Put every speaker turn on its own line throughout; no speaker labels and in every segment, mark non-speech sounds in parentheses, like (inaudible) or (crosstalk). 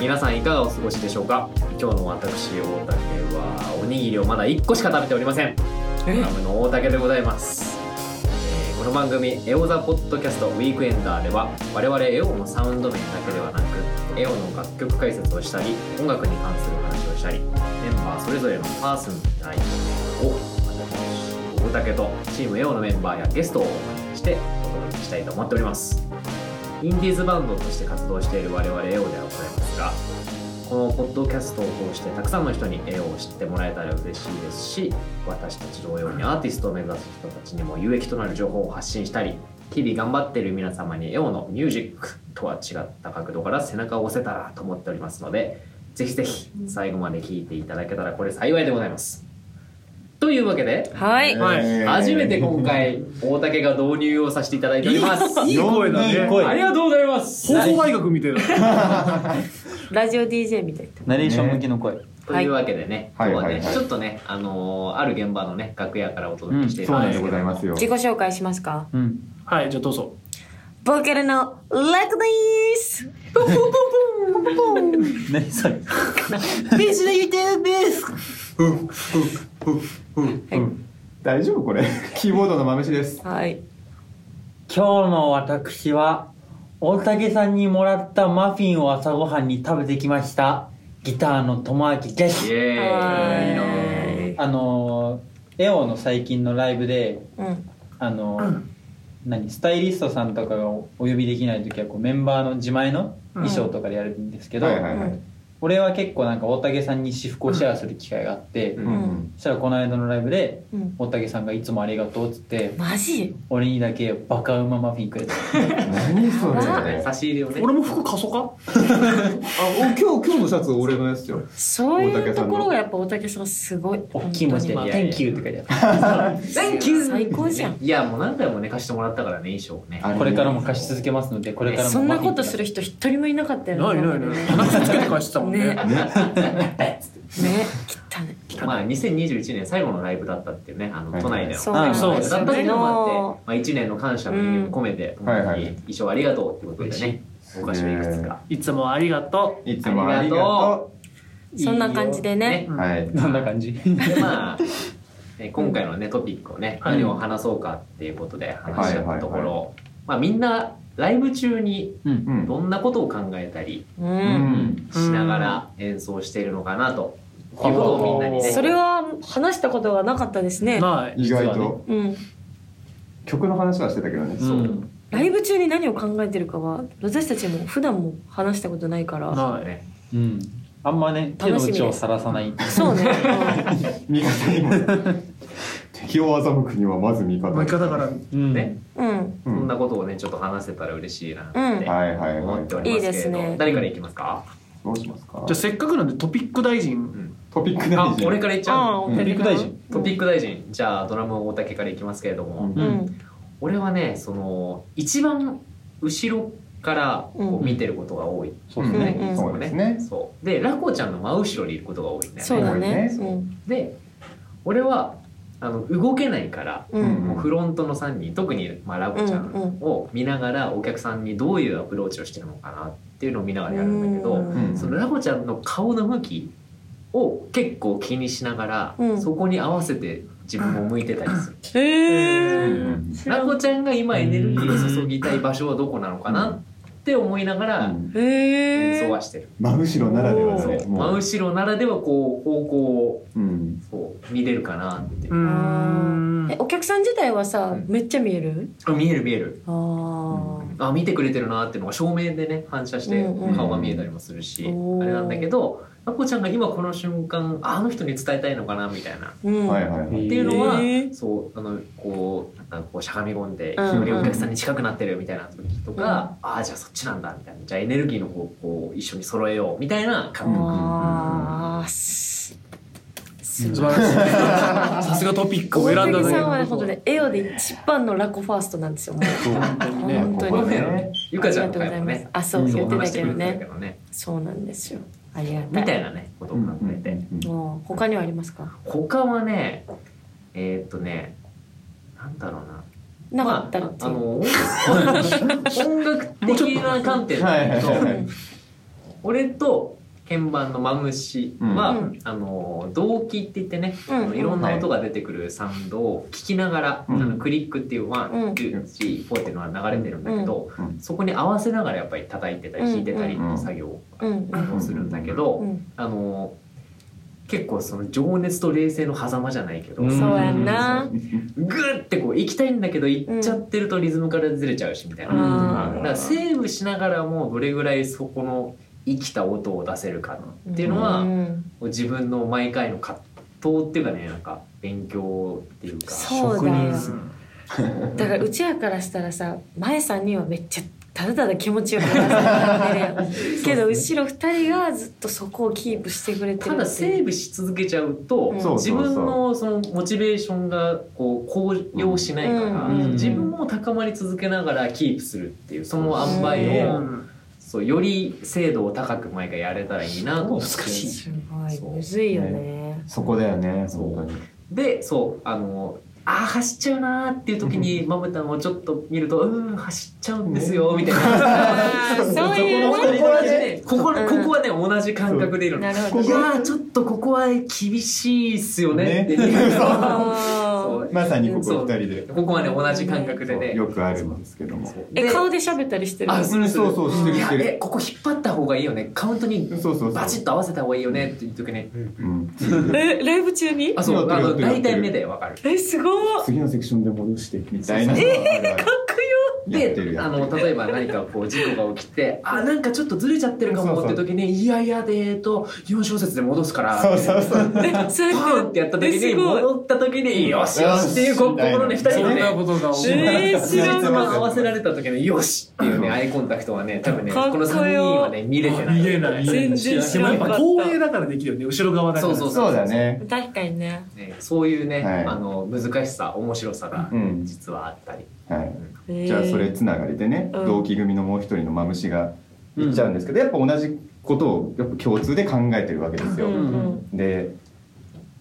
皆さんいかがお過ごしでしょうか今日の私大竹はおにぎりをまだ1個しか食べておりませんラムの大竹でございます、えーこの番組「エオザポッドキャストウィークエンダー」では我々エオのサウンド面だけではなくエオの楽曲解説をしたり音楽に関する話をしたりメンバーそれぞれのパーソナリティを私大竹とチームエオのメンバーやゲストをお招きしてお届けしたいと思っておりますインディーズバンドとして活動している我々エオではございますがこのポッドキャストを通してたくさんの人に絵を知ってもらえたら嬉しいですし私たち同様にアーティストを目指す人たちにも有益となる情報を発信したり日々頑張っている皆様に絵のミュージックとは違った角度から背中を押せたらと思っておりますのでぜひぜひ最後まで聞いていただけたらこれ幸いでございます。というわけで、
はい。
はい
初めて今回大竹が導入をさせていただいております。
いい声だね。
ありがとうございます。
放送大学みたいな。
ラジオ DJ みたいな。
ナレーション向きの声。
というわけでね、
はい
今日はね、
はいはいはい
ちょっとね、あのーある現場のね、楽屋からお届けしてい
そう
た
なんん
です
で
け
ご
ど、
ざいますよ。
自己紹介しますか
うん。
はい、じゃあどうぞ。
ボーカルのラクです
何それ。
ベースのユーテーです
大丈夫これ。 (laughs) キーボードのまめしです。
はい。
今日の私は、大竹さんにもらったマフィンを朝ごはんに食べてきました。ギターの友明です
イ。エーイ。
は
あのー、エオの最近のライブで、
ーい。うん。
あのー、何スタイリストさんとかがお呼びできない時はこうメンバーの自前の衣装とかでやるんですけど、
はいはいは
う
い
ん。
俺は結構なんか大竹さんに私服をシェアする機会があって、
うん
うんうん。
そしたらこの間のライブで
うん。
大竹さんが「いつもありがとう」っつって
マジ
俺にだけバカうまマフィンくれた
何それ。
差し入れをね。
俺も服貸そうか
あ、お今日今日のシャツ俺のやつよ。
そういうところがやっぱ大竹さんすごい。
大きい文字で「
本
Thank you」って書いてあっ
当に最高じゃん。
いや、もう何回もね、貸してもらったからね、衣装をね。
あ
たこれからも貸し続けますのでこれからも
そんなことする人一人もいなかったよ
な
ね。
いないない。鼻くそつけて返してたもんね。
ね。ね。汚い。
まあ、2021年最後のライブだったっていうね、あの、
はい
都内での。
そう
だ
なん
そう
っ
です
たっていうのもあっ
ね
て、まあ、1年の感謝の意味も込めて、
んはいはい
衣装ありがとうってことでね、お菓子をいくつか。
いつもありがと
いつもありがと
そんな感じでね
ね。
う。はい。
どんな感じ
でまあ、 (laughs) え今回のねトピックをね
はい
何を話そうかっていうことで話し合ったところ、まあ、みんなライブ中に
うん
うん。
どんなことを考えたり
う。
うんん。
しながら演奏しているのかなという
うん
ことをみんなにね
それは話したことがなかったです
う。
ね。
ない。
意外と
うん。
曲の話はしてたけどね。
う
うん
ん
ライブ中に何を考えてるかは私たちも普段も話したことないから
そう
な
だ
い。
ね
うんあんまね手の内をさらさない
そうね、
味方にも。敵を欺くにはまず味方。
もう一回だから、
うん
ね
うん、うん、
う
そん
ん。
なことをねちょっと話せたら嬉しいなって
うん
はいはいは
思
い
って。おりますけれど、
いいですね
誰からいきますか、
どうしますか
じゃあ。せっかくなんでトピック大
う
臣。
ん、
トピック大
あ
事。
俺からいっちゃう
あー
うん
リク大臣
トピック大臣じゃあドラム大竹からいきますけれども、
うん
う
うん
俺はねその一番後ろからこう見てることが多い、
そうですね
うんうん
そうですね。
そうでラコちゃんの真後ろにいることが多いんだ
そう
よね
だね
そう
うん
で俺はあの動けないから
う
うん
ん
もうフロントの3人特に、まあ、ラコちゃ
う
ん
ん
を見ながらお客さんにどういうアプローチをしてるのかなっていうのを見ながらやるんだけど、
うん
うん
そのラコちゃんの顔の向きを結構気にしながら、
うん
そこに合わせて自分も向いてたり
(laughs)
する。
へえ
うん
ラコちゃんが今エネルギーを注ぎたい場所はどこなのかなって思いながら演
へ
奏
え
はしてる。
真後ろならではだ
そう
ね。も
真後ろならではこう方向を
うん。
そう見れるかなって
うー。ん。
お客さん自体はさ
うん
めっちゃ見える
あ見える見える。
あー
あ見てくれてるなっていうのが照明でね反射して
うんうん
顔が見えたりもするし、
おー
あれなんだけど、ラコちゃんが今この瞬間ああの人に伝えたいのかなみたいな。
うん
はいはいはい。
っていうのは、
へー
そうあのこうなんかこうしゃがみ込んで
うんうん
よりお客さんに近くなってるみたいな時とか、ああじゃあそっちなんだみたいなじゃあエネルギーの方向を一緒に揃えようみたいな感覚、
あーすす
素
ごい
晴らしい。さすがトピックを
大
選んだ
竹
ね
さんはね本当ねエオで一番のラコファーストなんですよもう
本当にね。
本当
ここ
に
ね
ゆかちゃんとかもね
あそう
うん
言って
話
た
して
け
く
ど
れてた
ね
けどね
そうなんですよありがた
み
い
たいなねことを考えて、
もう他にはありますか
他はねえーっとねなんだろうな
なかったらって
まあ、
い
あ
う、
の音楽的な観点
(laughs) はい
で
はい
言う
はい
と
はい
俺と鍵盤のマムシは、
うん
あの同期って言ってね、
うん
あのいろんな音が出てくるサウンドを聞きながら、
うん
あのクリックっていうワ
う
ン、
ん
ツー、スリー、フォーっていうのが流れてるんだけど、
うんうん
そこに合わせながらやっぱり叩いてたり弾いてたりの作業
うん
をするんだけど、
うん
あの結構その情熱と冷静の狭間じゃないけど、
うん
そうやんな
グーってこう行きたいんだけど行っちゃってるとリズムからずれちゃうしみたいな、
あ
だ
ー
からセーブしながらもどれぐらいそこの生きた音を出せるかっていうのは、
うん
自分の毎回の葛藤っていうかねなんか勉強っていうか
そうだよ
職人っす
だからうちらからしたらさ前3人はめっちゃただただ気持ちよくなってるやんけど後ろ2人がずっとそこをキープしてくれてる
ただ
ってい
セ
う
ーブし続けちゃうと、
うん
そう
自
そう
分
そう
のそのモチベーションがこう高揚しないから、
うん
うん
自分も高まり続けながらキープするっていうその塩梅を、そうより精度を高く毎回やれたらいいなと思って
難しい
すごい
そう
むずいよね
そこだよね
そう
本当に
でそうあのあー走っちゃうなーっていう時にまぶたんをちょっと見るとうーん走っちゃうんですよみたいな。
(laughs)
あーそうい
こ
う
こ
ね
はね、ここはここはね、同じ感覚でいるの。
ないるほど
やー、ちょっとここは厳しいっすよねって。
(laughs) ね
(laughs) そ
あ
う
まさにここ二人で
ここはね、同じ感覚
そ
で
う
ね。
よくあるんですけども
そう
ーえ顔で喋ったりしてる
あ、
うんそうそうして
い
るし
や
て
え
る
ここ引っ張った方がいいよねカウントに
そうそう
バチ
そ
ッと合わせた方がいいよねっていう時ね
ううん
えライブ中に
あそう
や
あ
って
の
るやってるやって
大
る
体目でわかる
えすごっ
次のセクションで戻してみたいなのがあるあるやってる
で
や
あ
ってる
の例えば何かこう事故が起きてあなんかちょっとずれちゃってるかもって時にいやいやでえっと4小節で戻すから
そうそうそう
えそれ
(laughs) パンってやった時
え
に
すごい
戻った時によしよしっていう心の2人
そ
の
ん
ね
なことが起きない
えー、知ら
一
ん
番
わ
合わせられた時のよしっていうねアイコンタクトはね多分ね
かっ
こ
こ
の
よ
3人はね見れてない
見えない
全然知
でも
ら
や
な
っ
かった
ぱ光栄だからできるよね後ろ側だから
そうそう
そうだね
確かにね
ねそういうね、
はい
あの難しさ面白さが
うん
実はあったり、
はい
えー
じゃあそれつながりでね、
うん
同期組のもう一人のマムシが言っちゃうんですけど、やっぱ同じことをやっぱ共通で考えてるわけです
う
よ。
んうん
で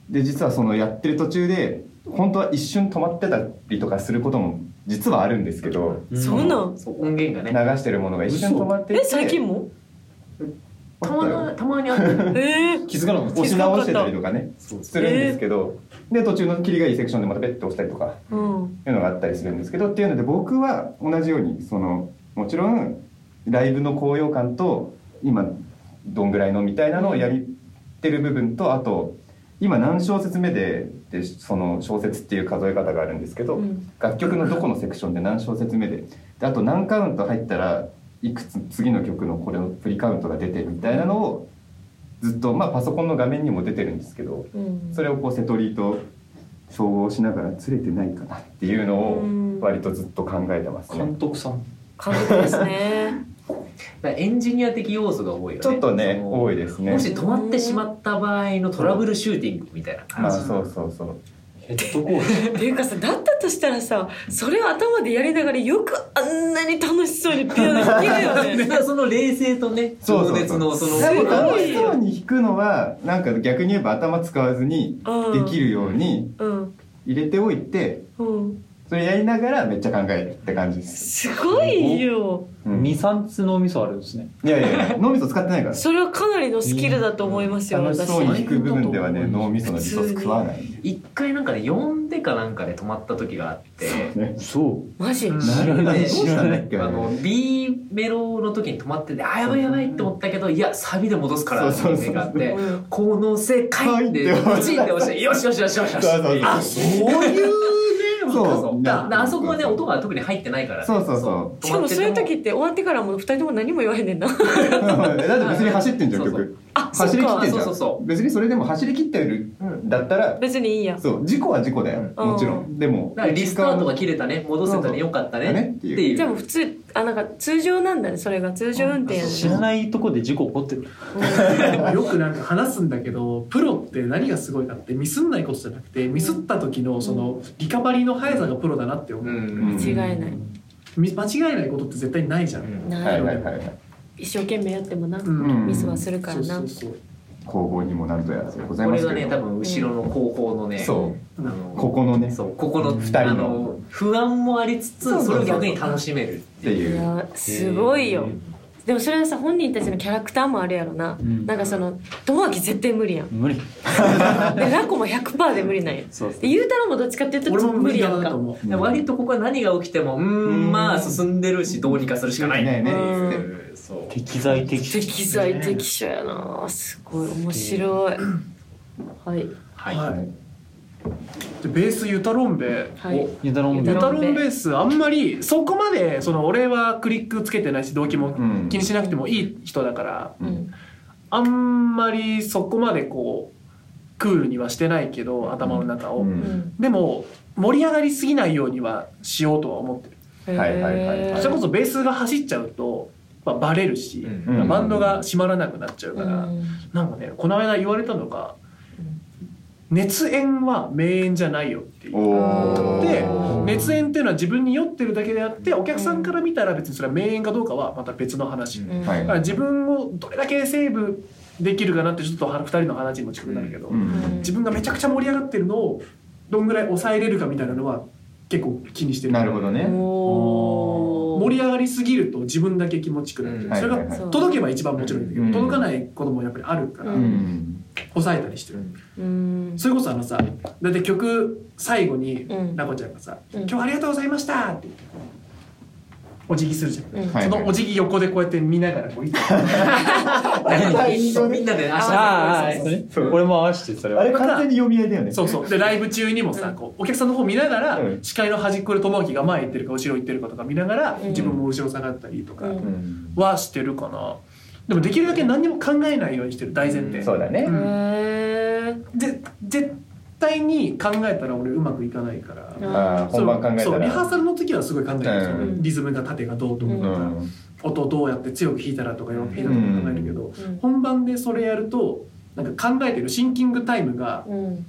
で実はそのやってる途中で本当は一瞬止まってたりとかすることも実はあるんですけど
うん
そうなん
そう音源が
流
ね
してるものが一瞬止まっていて
え最近も
た
あったよ
またまにある
えー
気づかなかった押し直してたりとかね
そう
するんですけど、で途中の切りがいいセクションでまたベッて押したりとか
うん
いうのがあったりするんですけどっていうので僕は同じようにそのもちろんライブの高揚感と今どんぐらいのみたいなのをやりってる部分とあと今何小節目ででその小節っていう数え方があるんですけど、
うん
楽曲のどこのセクションで何小節目でであと何カウント入ったらいくつ次の曲のこれのプリカウントが出てるみたいなのをずっと、まあ、パソコンの画面にも出てるんですけど、
うん
それをこうセトリーと総合しながらずれてないかなっていうの
う
を
ん
割とずっと考えてますね
監。督さん
感覚ですね
だからエンジニア的要素が多いよね
ちょっとね
その
多いですね
も。し止まってしまった場合のトラブルシューティングみたいな感
まあ
じ、
そうそうそう。
ヘッドコー
(laughs)
チ
っていうかさだったとしたらさそれを頭でやりながらよくあんなに楽しそうにピアノ弾ける
(laughs)
よね
だからその冷静とね
そう
情
そう
熱
そう
のその
なんか
ご
楽
い
しそうに弾くのはなんか逆に言えば頭使わずにでき
る
るように
うん
入れておいて
うん
それやりながらめっちゃ考えるって感じです。
すごいよ
うんい
23つ脳みそあるんですね
やいやいや脳みそ使ってないから。
それはかなりのスキルだと思いますよ
楽し
私
そうに弾く部分ではね
私
脳みそのリソース食わない。
一回なんかね呼んでかなんかで止まった時があって
ね。
そ
マジ
うん
なるほど。どう
ね
したんだっけ
あの B メロの時に止まっててあやばいやばいって思ったけどいやサビで戻すからって
そうそうそう
いうのがあっ
う
て
ん
この世界って
はい
ポチって押してよしよしよしよしよし
そうそうそう
あそういうね
そう
そうだだあそこはね
そう
音が特に入ってないからね
そうそうそう
止
し
ま
か
っ
も
て
そう
て
いう時って終わってからも二人とも何も言わへんねんな
だって別に走ってんじゃん
そうそう
曲。
あそっ
走り切っ
か
てん
そ
じ
う
ゃ
そうそ
ん別にそれでも走り切ってる
うん
だったら
別にいいや
そう事故は事故だよ
うん
もちろんでも
だからリスタートが
切
切れたね戻せたねよかった
だ
ね
ね
っ
ってて
い
いうう
じゃあもう普通あなんか通常なんだねそれが通常運転やね
知らないとこで事故起こってる
でもよくなんか話すんだけどプロって何がすごいかってミスんないことじゃなくてミスった時のそのリカバリーの速さがプロだなって思う、
うん
間違いない
み間違えないことって絶対ないじゃん、
は
ない
はいはいはい
一生懸命やってもな
うん
うん
ミスはするからな
そうそうそう
工房にもなるとやらでござい
こ
ま
れ
す
が
け
ね
ど
多分後ろの後方のね、
そ
あの
うここのね
そうここの
二人の
あの不安もありつ
そう
つ
そ
そ
うそう
れを逆に楽しめるって
って
いう
い
いうやすごいよでもそれはさ本人たちのキャラクターもあるやろな、
ん
なんかその友明絶対無理やん
無理
でラコも100%で無理なんや
そうそう
でゆうたろうもどっちかっていうと
俺も無
無
理
理
だ
やん
な
か
と思う
で割とここは何が起きてもうーんまあ進んでるしどうにかするしかない
ねえね
って
え
いうそう
適材適所
適材適所やなすごい面白いはい
はい、
は
はい
でベースユタロンベ
はい
ゆだろん
ユ
べ
ゆ
タ
だ
ロンベースあんまりそこまでその俺はクリックつけてないし動機も
うん
気にしなくてもいい人だから
う
うんん
あんまりそこまでこうクールにはしてないけど頭の中を
う
うんん
でも盛り上がりすぎないようにはしようとは思ってる
へー
はいはいはいはい
それこそベースが走っちゃうと、まあ、バレるし、
うん
うん
バンドが閉まらなくなっちゃう
う
から、
ん
なんかねこの間言われたのが
うん
熱演は名演じゃないよっていう
お
で
ー
熱演っていうのは自分に酔ってるだけであってお客さんから見たら別にそれは名演かどうかはまた別の話、
うん
うん
はい
だから自分をどれだけセーブできるかなってちょっと2人の話にも近くなるけど、
うん
自分がめちゃくちゃ盛り上がってるのをどんぐらい抑えれるかみたいなのは結構気にしてる
なるほどね
おー
盛り上がりすぎると自分だけ気持ちくなる、
うん
それ
はい
が
はい
そう
届けば一番もちろんいいんだけど、
うん
届かないこともやっぱりあるから、
う
うん
抑えたりしてる、
うん
それこそあのさだって曲最後に
うん
なこちゃんがさ「
うん
今日はありがとうございました」って言ってお辞儀するじゃん、
うん
はい
そのお辞儀横でこうやって見ながらこう
みんなで足
ああああそれ
そう
俺も合わせてそれ
あ
は
れ完全に読み合いだよね
そうそうでライブ中にも
う
さ
ん
こうお客さんの方見ながら、
うん
視界の端っこで友明が前行ってるか後ろ行ってるかとか見ながら、
うん
自分も後ろ下がったりとか
うん
うん
はしてるかな、でもできるだけ何にも考えないようにしてる大前提、
うん
そうだね
ん
へー
ぜ絶対に考えたら俺うまくいかないから、
あー
そう
本番考えた
そうリハー
ら
サルの時はすごい考える、その
うん
リズムが縦がどうとか、
う
うん
音どうやって強く弾いたらとか弱く弾いたらとか考えるけど、
うん
本番でそれやるとなんか考えてるシンキングタイムが
うん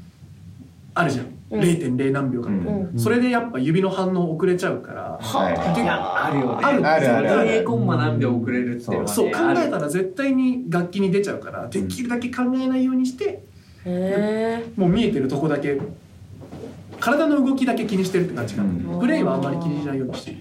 あるじゃん、
うん
0.0何秒かみたいな、
うん
それでやっぱ指の反応遅れちゃうから、
はい
いやあるよね
ある
あるある
それで0コンマ何秒遅れるっていうのはね
そう考
ある
えたら絶対に楽器に出ちゃうからできるだけ考えないようにして、
へー
もう見えてるとこだけ体の動きだけ気にしてるって感じかな、
うん
プレイはあんまり気にしないようにしてる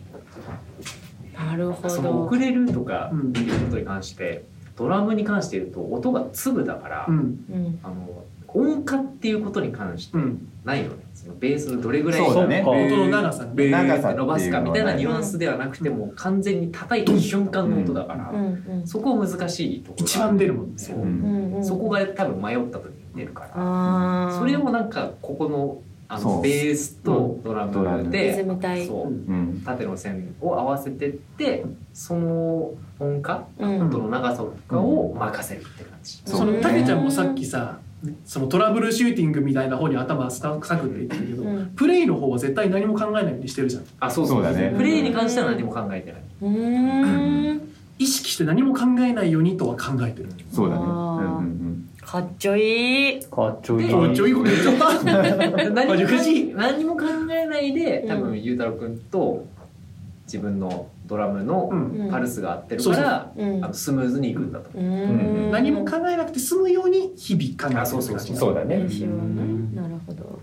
なるほ
その
ど
遅れるとか
うん
っていうことに関してドラムに関して言うと音が粒だから、
うん
うん
あの音化っていうことに関して
うん
ないよねそのベースのどれぐらい
そうだね
そうか
音の長さ
ベー
長
ス
さ
で
って
伸
いうのはね
ばすかみたいなニュアンスではなくてもう完全に叩いた瞬間の音だから、
うんうん
そこ難しいところが
一番出るもんね
そうう、
ん
うんうん
そこが多分迷った時に出るから、
あー
それをなんかここのあ
そ
の
う
ベースとドラ
ドラム
ム
リ
で
ズム体
そう
うん
うん
縦の線を合わせてってその音化
うん
音の長さとかを任せるって感じ、
そう
その
ね
たけちゃんもさっきさそのトラブルシューティングみたいな方に頭さくって言ってるけど、
うん
プレイの方は絶対何も考えないようにしてるじゃん
あそう
そうだね
プレイに関しては何も考えてない、
うーん
意識して何も考えないようにとは考えてる
そうだね
あ
う
ー
んうん
かっちょいい
かっちょいい
で
おいちょいこ言っちゃった
何も考
難し
え何も考えないで多
う
分ゆうたろうくんと自分のドラム
う
の
ん
うん
パルスが合ってるから、
うん
あのスムーズにいくんだと、
うーん
何も考えなくて済むように日々考えてる
あそうそうそう
そうだね
練習はねなるほど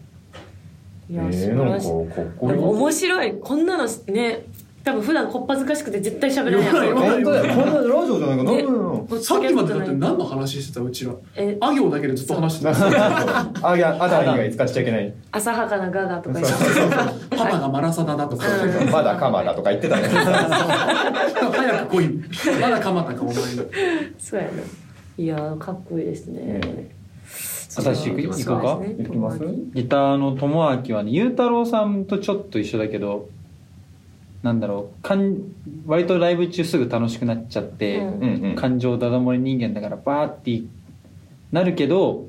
い
え
や
ー
素晴
なん
ら
か
しい
こうこ
で
れ
も面白いこんなのね多分普段こっぱずかしくて絶対喋れないや
言わ
つ
ない
本当だよこんなラジオじゃない
ね
か何よ
ポッドキャス
さ
ト
っきまでだっ
な
て
い
何の話してたうちら
え
あ行だけでずっと話してた
あいやアダム以外使っちゃいけない
浅はかなガガとか言っ
パパがマラサダだとか
うん
まだカマだとか言ってたね
早く来いまだ蒲田かお前
てそうやないやーかっこいいですね
ね
私行く行こうか
そうですね
行きます
ギターの友明はねゆうたろうさんとちょっと一緒だけどなんだろうかん割とライブ中すぐ楽しくなっちゃって、
うん
うんうん
感情だだ漏れ人間だからバーってなるけど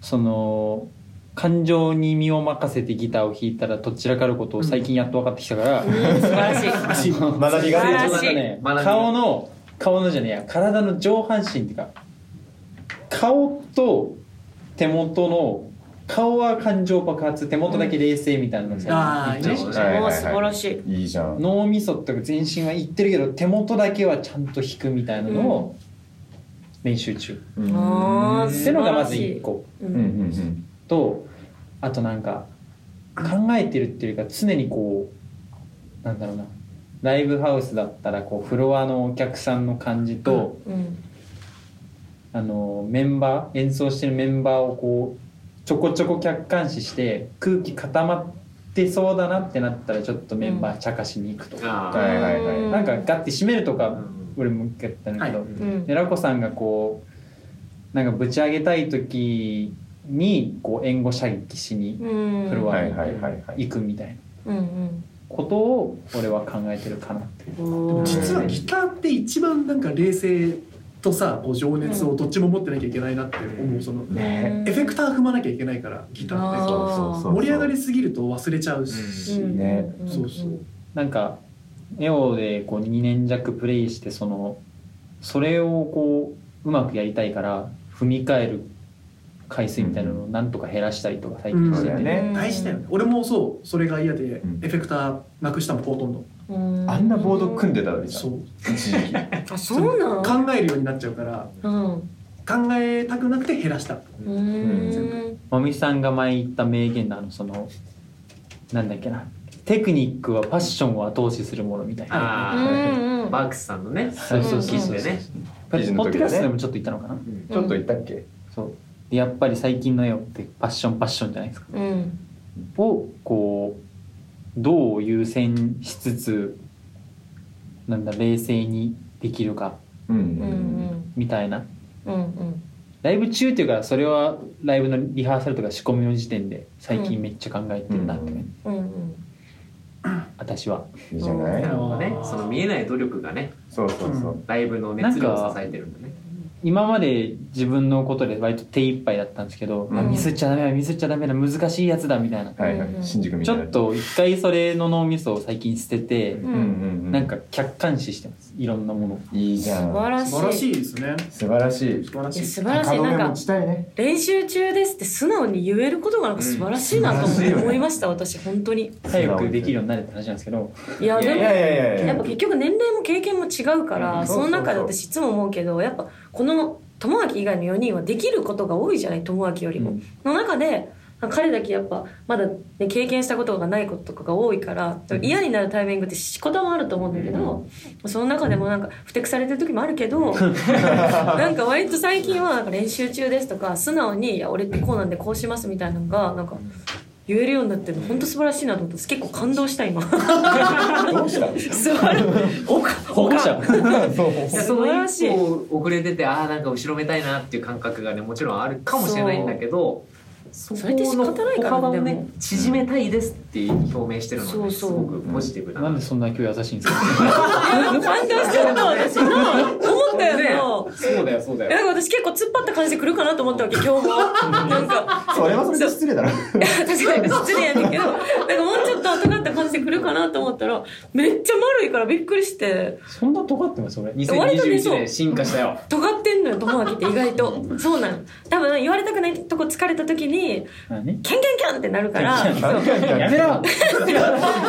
その感情に身を任せてギターを弾いたらどちらかることを最近やっと分かってきたから、
うん素晴らしい
足
学びが
素晴ら
ね
しい
ね
学び
顔の顔のじゃねえや体の上半身っていうか顔と手元の顔は感情爆発手元だけ冷静みたいなのさ、
ああいい
はい
ね
お
は
ー
い
素晴らしい
いいじゃん
脳みそとか全身はいってるけど手元だけはちゃんと引くみたいなのを、練習中
う
うんんあー
っ
素
て
晴
のがま
ら
ず
しい
1個
う
うんうんん
とあとなんか考えてるっていうか常にこうなんだろうなライブハウスだったらこうフロアのお客さんの感じと、
うん
あのメンバー演奏してるメンバーをこうちょこちょこ客観視して空気固まってそうだなってなったらちょっとメンバー茶化しに行くとか、
うんは
あ
いはいはい
うん
なんかガッて締めると
あ
か俺も一回やったんだけど、
は
うん
でラコさんがこうなんかぶち上げたい時にこう援護射撃しに
うん
フロア
はい
に
はいはいはい
行くみたいな
うん
ことを俺は考えてるかなっていう
うん
実はギターって一番なんか冷静とさこう情熱をどっちも持ってなきゃいけないなって思うその
ね
エフェクター踏まなきゃいけないからギターって
そうそうそう
盛り上がりすぎると忘れちゃうし、
うん
ね
ん
そうそう
なんかネオでこう2年弱プレイしてそのそれをこううまくやりたいから踏み替える回数みたいなのをなんとか減らしたりとか最近してて、
うんそうだよね
大事だよね俺もそうそれが嫌で
うん
エフェクターなくしたもんほとんど
うん
あんなボード組んでたのにさ
そう
一時期
あそうなの
考えるようになっちゃうから
うん
考えたくなくて減らした
うん
まみさんが前言った名言のあのそのなんだっけなテクニックはパッションを後押しするものみたいな
う
あ
んうん
ーバークスさんのね
そうそうそうそう
記事でね
ポ
記事
ッ
の
ドキ
時
ャ
だ
ストで
ね
もちょっと言ったのかな
うんちょっと言ったっけ
そうでやっぱり最近の絵をってパッションパッションじゃないですか
うん
をこうどう優先しつつなんだ冷静にできるか
うん
うんうん
みたいな
うんうん
ライブ中っていうかそれはライブのリハーサルとか仕込みの時点で最近めっちゃ考えてるなって、
うん
うんうん
私はい
いじゃな
ないるほどねその見えない努力がね
そうそうそう
ライブの熱量を支えてるんだね
今まで自分のことで割と手一杯だったんですけど、
うん
あミスっちゃダメだミスっちゃダメだ難しいやつだみたいな
はいはい
うん
新宿み
ち
たい
ょ
な
っと一回それの脳みそを最近捨てて
うんうんうん
なんか客観視してますいろんなものを
いいじ
素
ゃん
晴らしい
素晴らしいですね
素晴らしい
素晴ら
い
し
や
い
素晴らしいなん
門
か
持ちたいね
練習中ですって素直に言えることがなんか素晴らしいなと
うん素晴らしいよね
思いました、私本当に
早くできるようになれって話なんですけど
いや
い
で
い
も
やいやいやい
や
や
っぱ結局年齢も経験も違うから、
うん
その中で私いつも思うけどやっぱこの友明以外の4人はできることが多いじゃない友明よりも、
うん
の中で彼だけやっぱまだ、ね、経験したことがないこととかが多いからでも嫌になるタイミングって仕方もあると思うんだけど、その中でもなんかふてくされてる時もあるけどなんか割と最近はなんか練習中ですとか素直に「いや俺ってこうなんでこうします」みたいなのがなんか言えるようになってるの本当素晴らしいなと思って結構感動した今。
どうした
素晴らしい。おか、
(laughs) 保護者
そう
いやそ
素
の
晴らしい
一歩遅れててああなんか後ろめたいなっていう感覚がねもちろんあるかもしれないんだけどそ
それって仕方ないからね
この歩幅を
で
ね
も
縮めたいですって表明してるのが
そう
ねす
そう
ごくポジティブな
なんでそんな今日優しいんですか
感動しちゃった私な。思ったよな。
ねそうだよそうだ
えな
よ
んか私結構突っ張った感じで来るかなと思った
(laughs)
わけ今日もなんか
それはそれで失礼だろ
確かに失礼やねんけどなんかもうちょっと尖った感じで来るかなと思ったらめっちゃ丸いからびっくりして
そんな尖ってます俺
割とね
2021
そ
年
う
進化した (laughs) よ
尖ってんのよ友明って意外とそうなの多分言われたくないとこ疲れた時に
何
キャンキャンキャンってなるから
(laughs) やめろ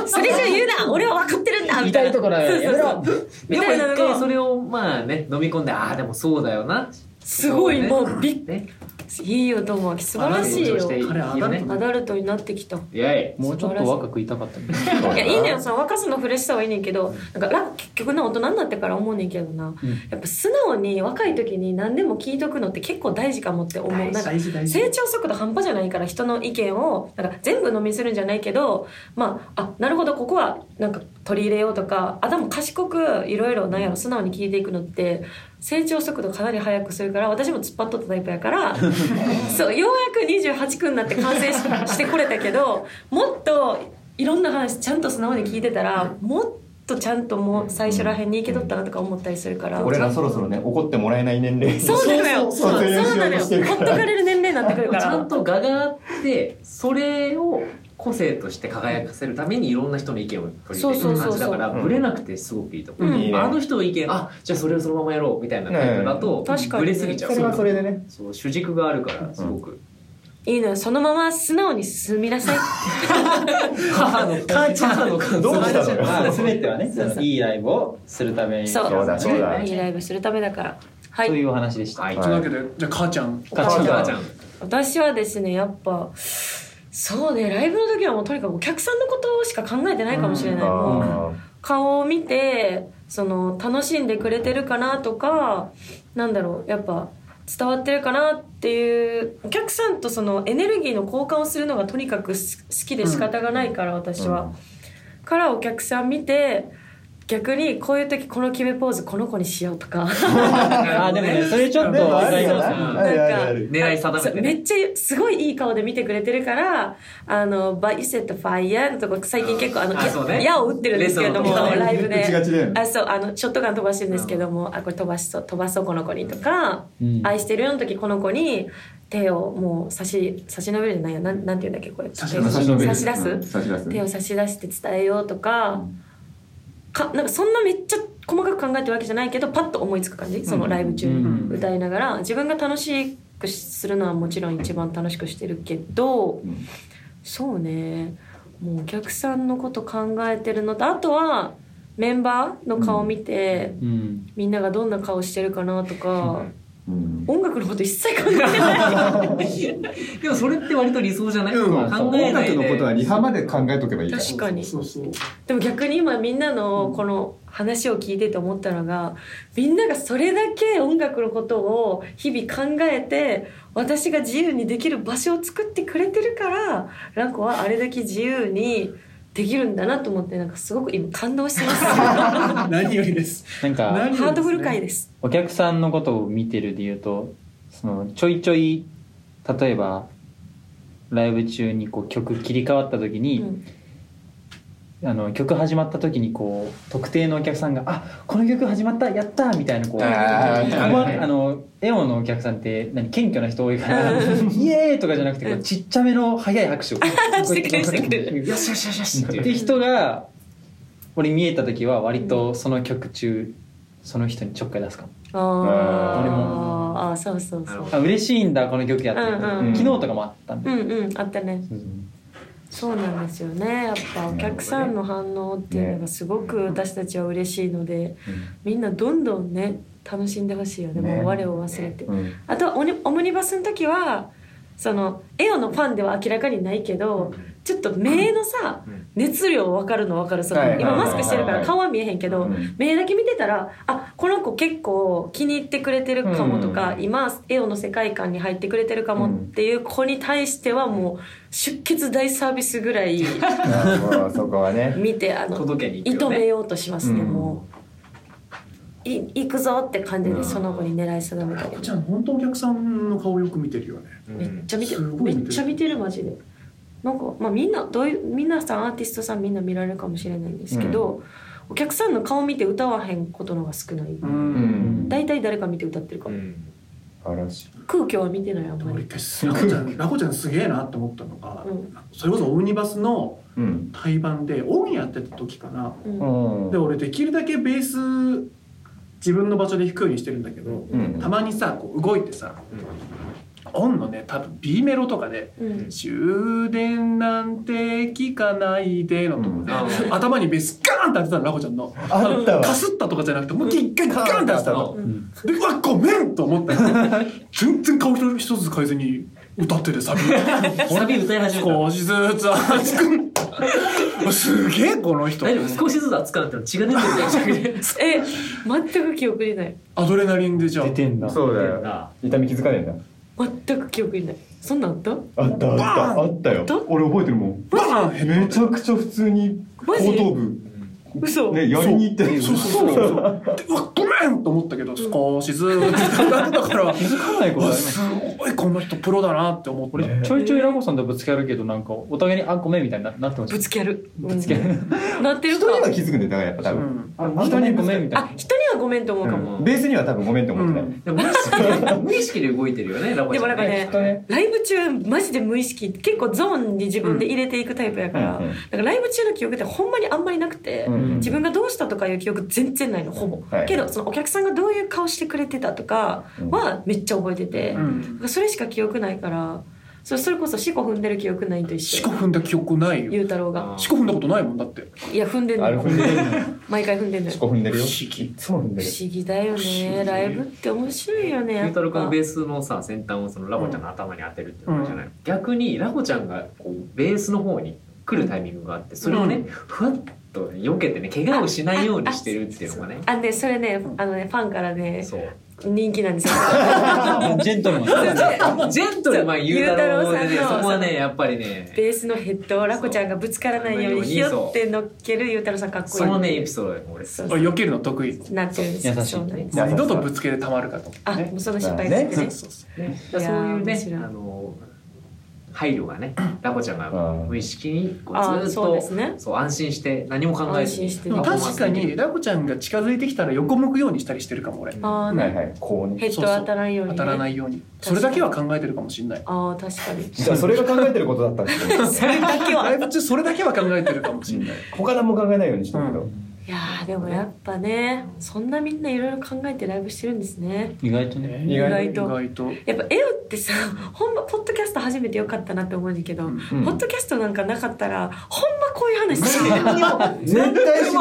それじゃ言うな俺は分かってるんだみたい
痛
ない
ところ
そう
よや
そ
め
う
ろ
そう
で
み
も
たい
一
なの
回そ
が
れをまあね飲み込んでああでもそうだよな
すごい
そう
も
ね
うびっ
ね
いいよ友明素晴らしい
あなたも成長して
よ
い
彼は
るね
あな
アダルトになってきた
イエ
もうちょっと若くいたかったんだけど
いやいいねんその若さのフレッシュさはいいねんけどなんかラ結局な大人になってから思うねんけどな、
うん
やっぱ素直に若い時に何でも聞いとくのって結構大事かもって思うなんか
大事大事
成長速度半端じゃないから人の意見をなんか全部飲みするんじゃないけどまああなるほどここはなんか取り入れようとかあでも賢くいろいろなんやろ素直に聞いていくのって成長速度かなり速くするから私も突っ張っとったタイプやから (laughs) そうようやく28くんになって完成ししてこれたけどもっといろんな話ちゃんと素直に聞いてたらもっとちゃんともう最初らへんにいけとったなとか思ったりするから。
俺らそろそろね怒ってもらえない年齢
そうなのよ。
そ
そう
う
な
そう
のよ。ほ
そう
っとかれる年齢になってくる
ー
か
イちゃ
ら
ん。と画があってそれを個性として輝かせるためにいろんな人の意見を取り入れてる感じだから
そうそうそうそう
ブレなくてすごくいいと思う
うん
いいね
あの人の意見あじゃあそれをそのままやろうみたいなタイプだと、
え確かに
ブレすぎちゃう
(laughs) それはそれでね
そう主軸があるからすごく、
いいのよ。そのまま素直に進みなさい。
(laughs)
母の母ちゃんの感想
どうしたのよ
母
ま
の
あ全てはねそのいいライブをするために
そう
そうだそうだ
いいライブするためだから。はい
というお話でした。
はい
というわけでじゃあ母ちゃん
母ちゃん
母ちゃん
私はですねやっぱそうねライブの時はもうとにかくお客さんのことしか考えてないかもしれない、もう
あ
顔を見てその楽しんでくれてるかなとかなんだろうやっぱ伝わってるかなっていうお客さんとそのエネルギーの交換をするのがとにかくす好きで仕方がないから、私は。からお客さん見て逆にこういう時この決めポーズこの子にしようとか
あーでもねそれちょっと
でもある
り
よ
ま
な
す
あるあるある
狙い定め
(laughs) そ
て
う
ね
めっちゃすごいいい顔で見てくれてるから「あのバイセットファイヤー」のとこ最近結構あの
あそうね
矢矢を打ってるんですけれども
レッスンの時ね
ライブ
打ちが
で。
ちだよね
あそうあのショットガン飛ばしてるんですけども、あこれ飛ばしそう飛ばそうこの子にとか、
うん
愛してるよの時この子に手をもう差し差し伸べるじゃないよなんなんて言うんだっけこれ
差し
手
伸
を
べ
差
る
し出
うん
す、
差し出す
手を差し出して伝えようとか,、
うん
かなんかそんなめっちゃ細かく考えてるわけじゃないけどパッと思いつく感じそのライブ中に、
うん
歌いながら自分が楽しくするのはもちろん一番楽しくしてるけど
うん
そうねもうお客さんのこと考えてるのとあとはメンバーの顔見て、
うん
みんながどんな顔してるかなとか、
うん
音楽のこと一切考えてない
でもそれって割と理想じゃない、
うん
考え
音
ないで
楽のことはリハまで考えとけばいいから
確かに
そうそう
でも逆に今みんなのこの話を聞いてて思ったのがみんながそれだけ音楽のことを日々考えて私が自由にできる場所を作ってくれてるからランコはあれだけ自由にできるんだなと思ってなんかすごく今感動してますハ
(laughs) 何よりです
なんか
何
ートフル回です
お客さんのことを見てるで言うとそのちょいちょい例えばライブ中にこう曲切り替わった時に、
うん
あの曲始まった時にこう特定のお客さんが「あこの曲始まったやった!」みたいなこう。
あー
あんま
はいはい
あのエオのお客さんって何謙虚な人多いから「イエーイ!」とかじゃなくてこうちっちゃめの早い拍手を
してくれるしてくれる
よしよしよしよしって
って
いう
人が俺見えた時は割とその曲中その人にちょっかい出すかも
あ
あー
俺
ー
も
あーそうそう
な
そ
る
う
ほ
あ嬉しいんだこの曲やってる、
うん
うん
昨日とかもあったん
う
で、
んうんあったねそうなんですよねやっぱお客さんの反応っていうのがすごく私たちは嬉しいので、みんなどんどんね楽しんでほしいよね
ね
もう我を忘れて、
うんうん
あとはオニオムニバスの時はそのエオのファンでは明らかにないけどちょっと目のさ、
うん
熱量分かるの分かるその、
はいはいはい
今
は
マ
い
スクしてるから顔は見えへんけど、
うん
目だけ見てたらあこの子結構気に入ってくれてるかもとか、
う
今エオの世界観に入ってくれてるかもっていう子に対してはもう出血大サービスぐらい
あもうそこはね
見てあの
届けに行く
射
よ
止め
ね
ようとしますね、
うん
もうい行くぞって感じ
う
で
ん
その子に狙い定めた
ラコち
り、
ゃん本当お客さんの顔よく見てるよね
うん
めっちゃ見て
す
る
ご
め
い見て
っ
る
ちゃ見てるマジでなんか、まあ、みんなどういう皆さんアーティストさんみんな見られるかもしれないんですけど、お客さんの顔見て歌わへんことの方が少ない、
うんん
大体誰か見て歌ってるか
う
も、
ん
嵐
空虚は見てないあん
で
ま
も俺
り
一回すラコちゃんラコちゃんすげえなって思ったのが、
うん
それこそオムニバスの
うん
対バンでオンやってた時かな
うん
うん
で俺できるだけベース自分の場所で弾くようにしてるんだけど
うん
たまにさこう動いてさオンのね多分 B メロとかで
うん
「終電なんて聞かないで」のとこで、
うん
頭にベースガーンって当てたのラコちゃんの
あったわ
かすったとかじゃなくてもう一回ガーンって当てたの
う
うん
でうわごめんと思ったよ全然顔一つ変えずに歌っててサビ
サビ歌い始めた
少しずつ熱
(laughs)
くすげえこの人
大丈夫少しずつ熱くなってるの血が出てるじゃん
え全く記憶にない
アドレナリンでじゃあ
出てんだ
そうだ
出てんな
よ痛み気づかねえんだ
全く記憶にないそんなんあった
あったあったあったよ
ど
俺覚えてるもん
バーンヘッ
めちゃくちゃ普通に後
マジ
頭部
嘘、
ねやりに行ってる
そうそうそうでうわごめんと思ったけど少しずつだった
(laughs)
から
気づかない
う
ことあ
わ
ります
すごいこの人プロだなって思って
俺ちょいちょいラコさんとぶつけるけどなんかお互いに「あごめん」みたいにななってま
ぶ
し
つけるぶ
つける
なってる
人
か
には気づくんだよだからやっぱ多
う
分
ん
た「あ人にごめん」みたい
あ
な
人にはごめんと思うかも、
ん
うんベースには多分ごめんって思ってない
でも無意識で無意識で動いてるよねラボち
で
ゃ
もなんか
ね
ね
人ね
ライブ中マジで無意識結構ゾーンに自分で入れていくタイプやから,、
うんうん
な
うん
んかライブ中の記憶ってほんまにあんまりなくて、
うん
自分がどうしたとかいう記憶全然ないのほぼ、
はい
けどそのお客さんがどういう顔してくれてたとかはめっちゃ覚えてて、
うん
それしか記憶ないからそれそれこそ四股踏んでる記憶ないんと一
四
緒
股踏んだ記憶ないよ
ゆうたろうが
四股踏んだことないもんだって
いや踏んでんの
あれ
よ
踏んでる
毎回踏んでんのよ
四股踏んでるよ
不思議
いつも踏んで
不
る
思議だよ
不思
ね
議
ライブって面白いよねや
ゆ
っ
うたろうくん
ぱ
のベースのさ先端をそのラボちゃんの頭に当てるっていうのがあるじゃない、逆にラボちゃんがこうベースの方に来るタイミングがあってそれをね、
うん
ふわっと避けてね怪我をしないようにしてるっていうのがね
あねそれねあのねファンからね
そう
人気なんですよ
ジェントルマン
それで
ジェントルマンゆうたろうでね
ゆうたろうさんの
そこはねやっぱりね
(laughs) ベースのヘッドをラコちゃんがぶつからないようにひよって乗っけるゆうたろうさんかっこいい
そのねエピソードが俺
そう
俺避けるの得意
なってるんですよ
優しい
そうなんです
いや
二度とぶつけてたまるかと
あ
ね
もうその失敗です
そ
ね
う
そうそう
ね、
いやー
そういう
面
ね
白い
あの配慮がねラボちゃんが
うん
無意識にこ
あ
う
ー
ずっ
そう
と
ですね
そう安心して何も考えずに
安心して
でも確かにラコちゃんが近づいてきたら横向くようにしたりしてるかも俺
あー
はい
ね
はいこうね
ヘッドは当たらないよう
当
にね
たらないようにそれだけは考えてるかもしれない
ああ確かに
じゃあそれが考えてることだったんです (laughs) けど
それだけは
ライブ中それだけは考えてるかもしれない
他何も考えないようにしてるけど、
う
いやーでもやっぱねそんなみんないろいろ考えてライブしてるんですね
意外とね
意
外
意
と
外と
やっぱエオってさほんまポッドキャスト初めてよかったなって思うんだけど、
うん
うん
ポッドキャストなんかなかったらほんまこういう話してる
絶対し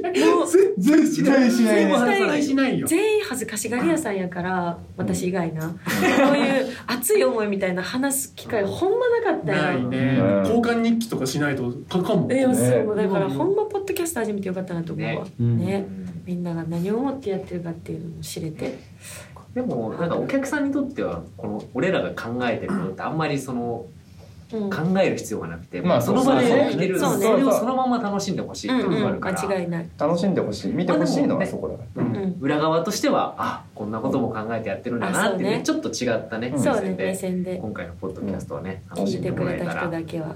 ないよ絶対しない
全部
ね
話さない
しないよ
全員恥ずかしがり屋さんやから私以外な、そういう熱い思いみたいな話す機会ほんまなかったよ
ないね
うん
交換日記とかしないとかかも
えよ
ね
そうだからほんまポッドキャスト初めてよかったなと思うわ
ね
うん
ねみんなが何を思ってやってるかっていうのも知れて
でもなんかお客さんにとってはこの俺らが考えてることってあんまりその
うん、
考える必要がなくて、
まあ
その場で
そう
そう
見てる
そうね
それをそのまま楽しんでほしいっていうのがあ
うんう
る
ん、
から、
間違いない、
楽しんでほしい見てほしいのはそこだから、
うん
うん、
裏側としてはあこんなことも考えてやってるんだなっていうね
あ
ちょっと違ったね
うん
そうね
目線
目
で
線で
今回のポッドキャストをね楽し
聞い
んで
てく
もら
れ
えた
た人
ら
だけは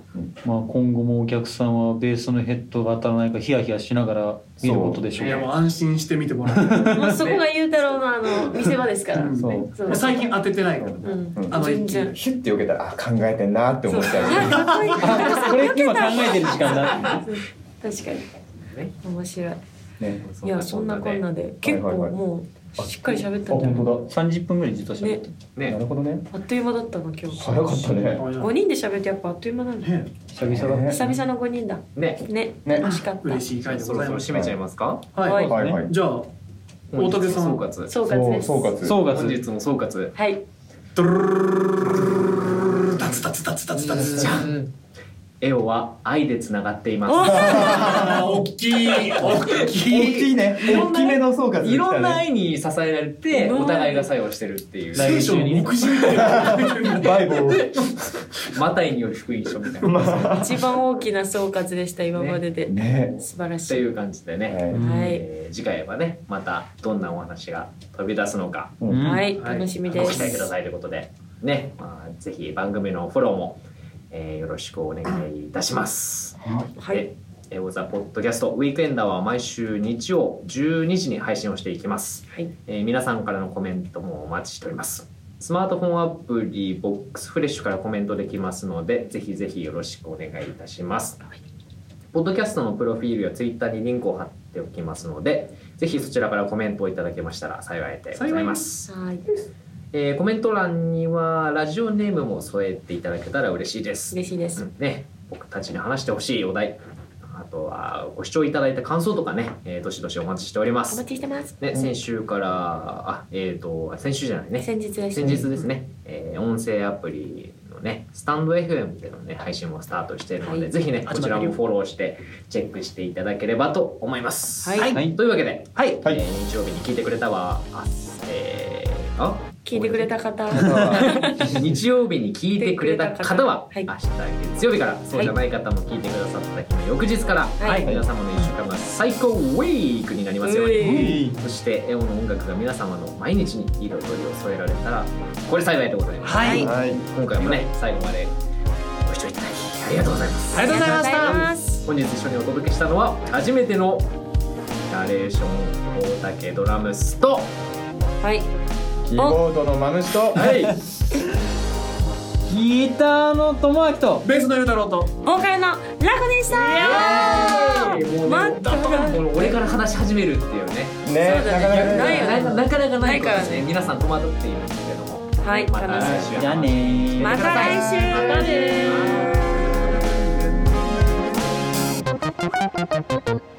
まあ、今後もお客さんはベースのヘッドが当たらないかヒヤヒヤしながら見ることでしょ
いうやもう安心して見てもらって
もうそこがゆうたろうのあの見せ場ですから
う。ん
そう
そう
もう最近当ててないから
うん
う、ん
あの
全然。
ヒュッて避けたらあ考えてんなって思っち
そう
ゃう
かっこいい
これ今考えてる時間だ
確かに
ね
面白い。
ね
いやそんなこんなで結構もうしっかり喋ったんじゃない。
本
30分ぐらいじっと喋ってる
だな
ね
るほどね
あっという間だったの今日。
早かったね
五人で喋ってやっぱあっという間なんだ。
ね
久々だ
ね
久々の五人だ。
ね
ね
ね
楽しかっ
嬉
た。
しい
じゃ
回
あ
で
そ
ご
ろ
ざい
そろ締
ま
めちゃいますか
すはい
は
はいはい
じゃあ大竹さん
総括
総括です。
そう総括
総
本
括
日も総括
はい。
ドゥルルルルルルタツタツタツタツタツじゃん
エオは愛でつながってい
お
ます
あー大きい大
大
きい
きいね大きめの総括で
い
きた
ろんな
ね
愛に支えられてお互いが作用してるっていう
聖書の目次みたいな
バイボー
マタイによる福音書みたいな
一番大きな総括でした今までで。
(laughs) ね
(laughs) 素晴らし
と
い。
いう感じでね、
(laughs) は
はい。
えー次回はねまたどんなお話が飛び出すのか
うん
はい楽しみで
ご期
す。
待くださいということでね、まあ、ぜひ番組のフォローも、えーよろしくお願いいたします。
はい
で。エゴザポッドキャストウィークエンダーは毎週日曜12時に配信をしていきます、
はい。
えー皆さんからのコメントもお待ちしておりますスマートフォンアプリボックスフレッシュからコメントできますのでぜひぜひよろしくお願いいたします、ポッドキャストのプロフィールやツイッターにリンクを貼っておきますのでぜひそちらからコメントをいただけましたら幸いでございます
はい。
えーコメント欄にはラジオネームも添えていただけたら嬉しいです。
嬉しいで
う
す。
んね、僕たちに話してほしいお題、あとはご視聴いただいた感想とかね、えーどしどしお待ちしておりま
お待
す。
ちしてます。
ね、先週から、あ、えっ、と、先週じゃないね。
先日です。
先日ですね、えー音声アプリのね、スタンド FM でのね、配信もスタートしているので、
はい
ぜひね、こ
始まってるよ
ちらもフォローして、チェックしていただければと思います。
はい
はい
というわけで、はい、
はい
えー日曜日に聞いてくれたわ、あ、えー、あ
聞いてくれた方。
日曜日に聞いてくれた方は、
はい
明日月曜日からそうじゃない方も聞いてくださった日の翌日から、
はい
はい皆様の1週間が最高ウィークになりますよう
ウィ
にそしてエオの音楽が皆様の毎日に彩りを添えられたらこれ幸いでございます、
は
はい
い。
はい
今回もね最後までご視聴いただきありがとうございます
ありがとうございました
本日一緒にお届けしたのは初めてのナレーション大竹ドラムスと
はい。
キーボードのマムシと
はい
ギターの友明と
ベースのゆうたろうと
ボーカルのラコでした
(laughs) もう
待
ね
っ、た
だからこの俺から話し始めるっていうね
ね
そうだね
なかなか
ないよ
な
ね
かなかない
ないから
ことですね皆さん戸惑っているんですけども、
ははい
また来週
じゃあねー
また来週
またねー
週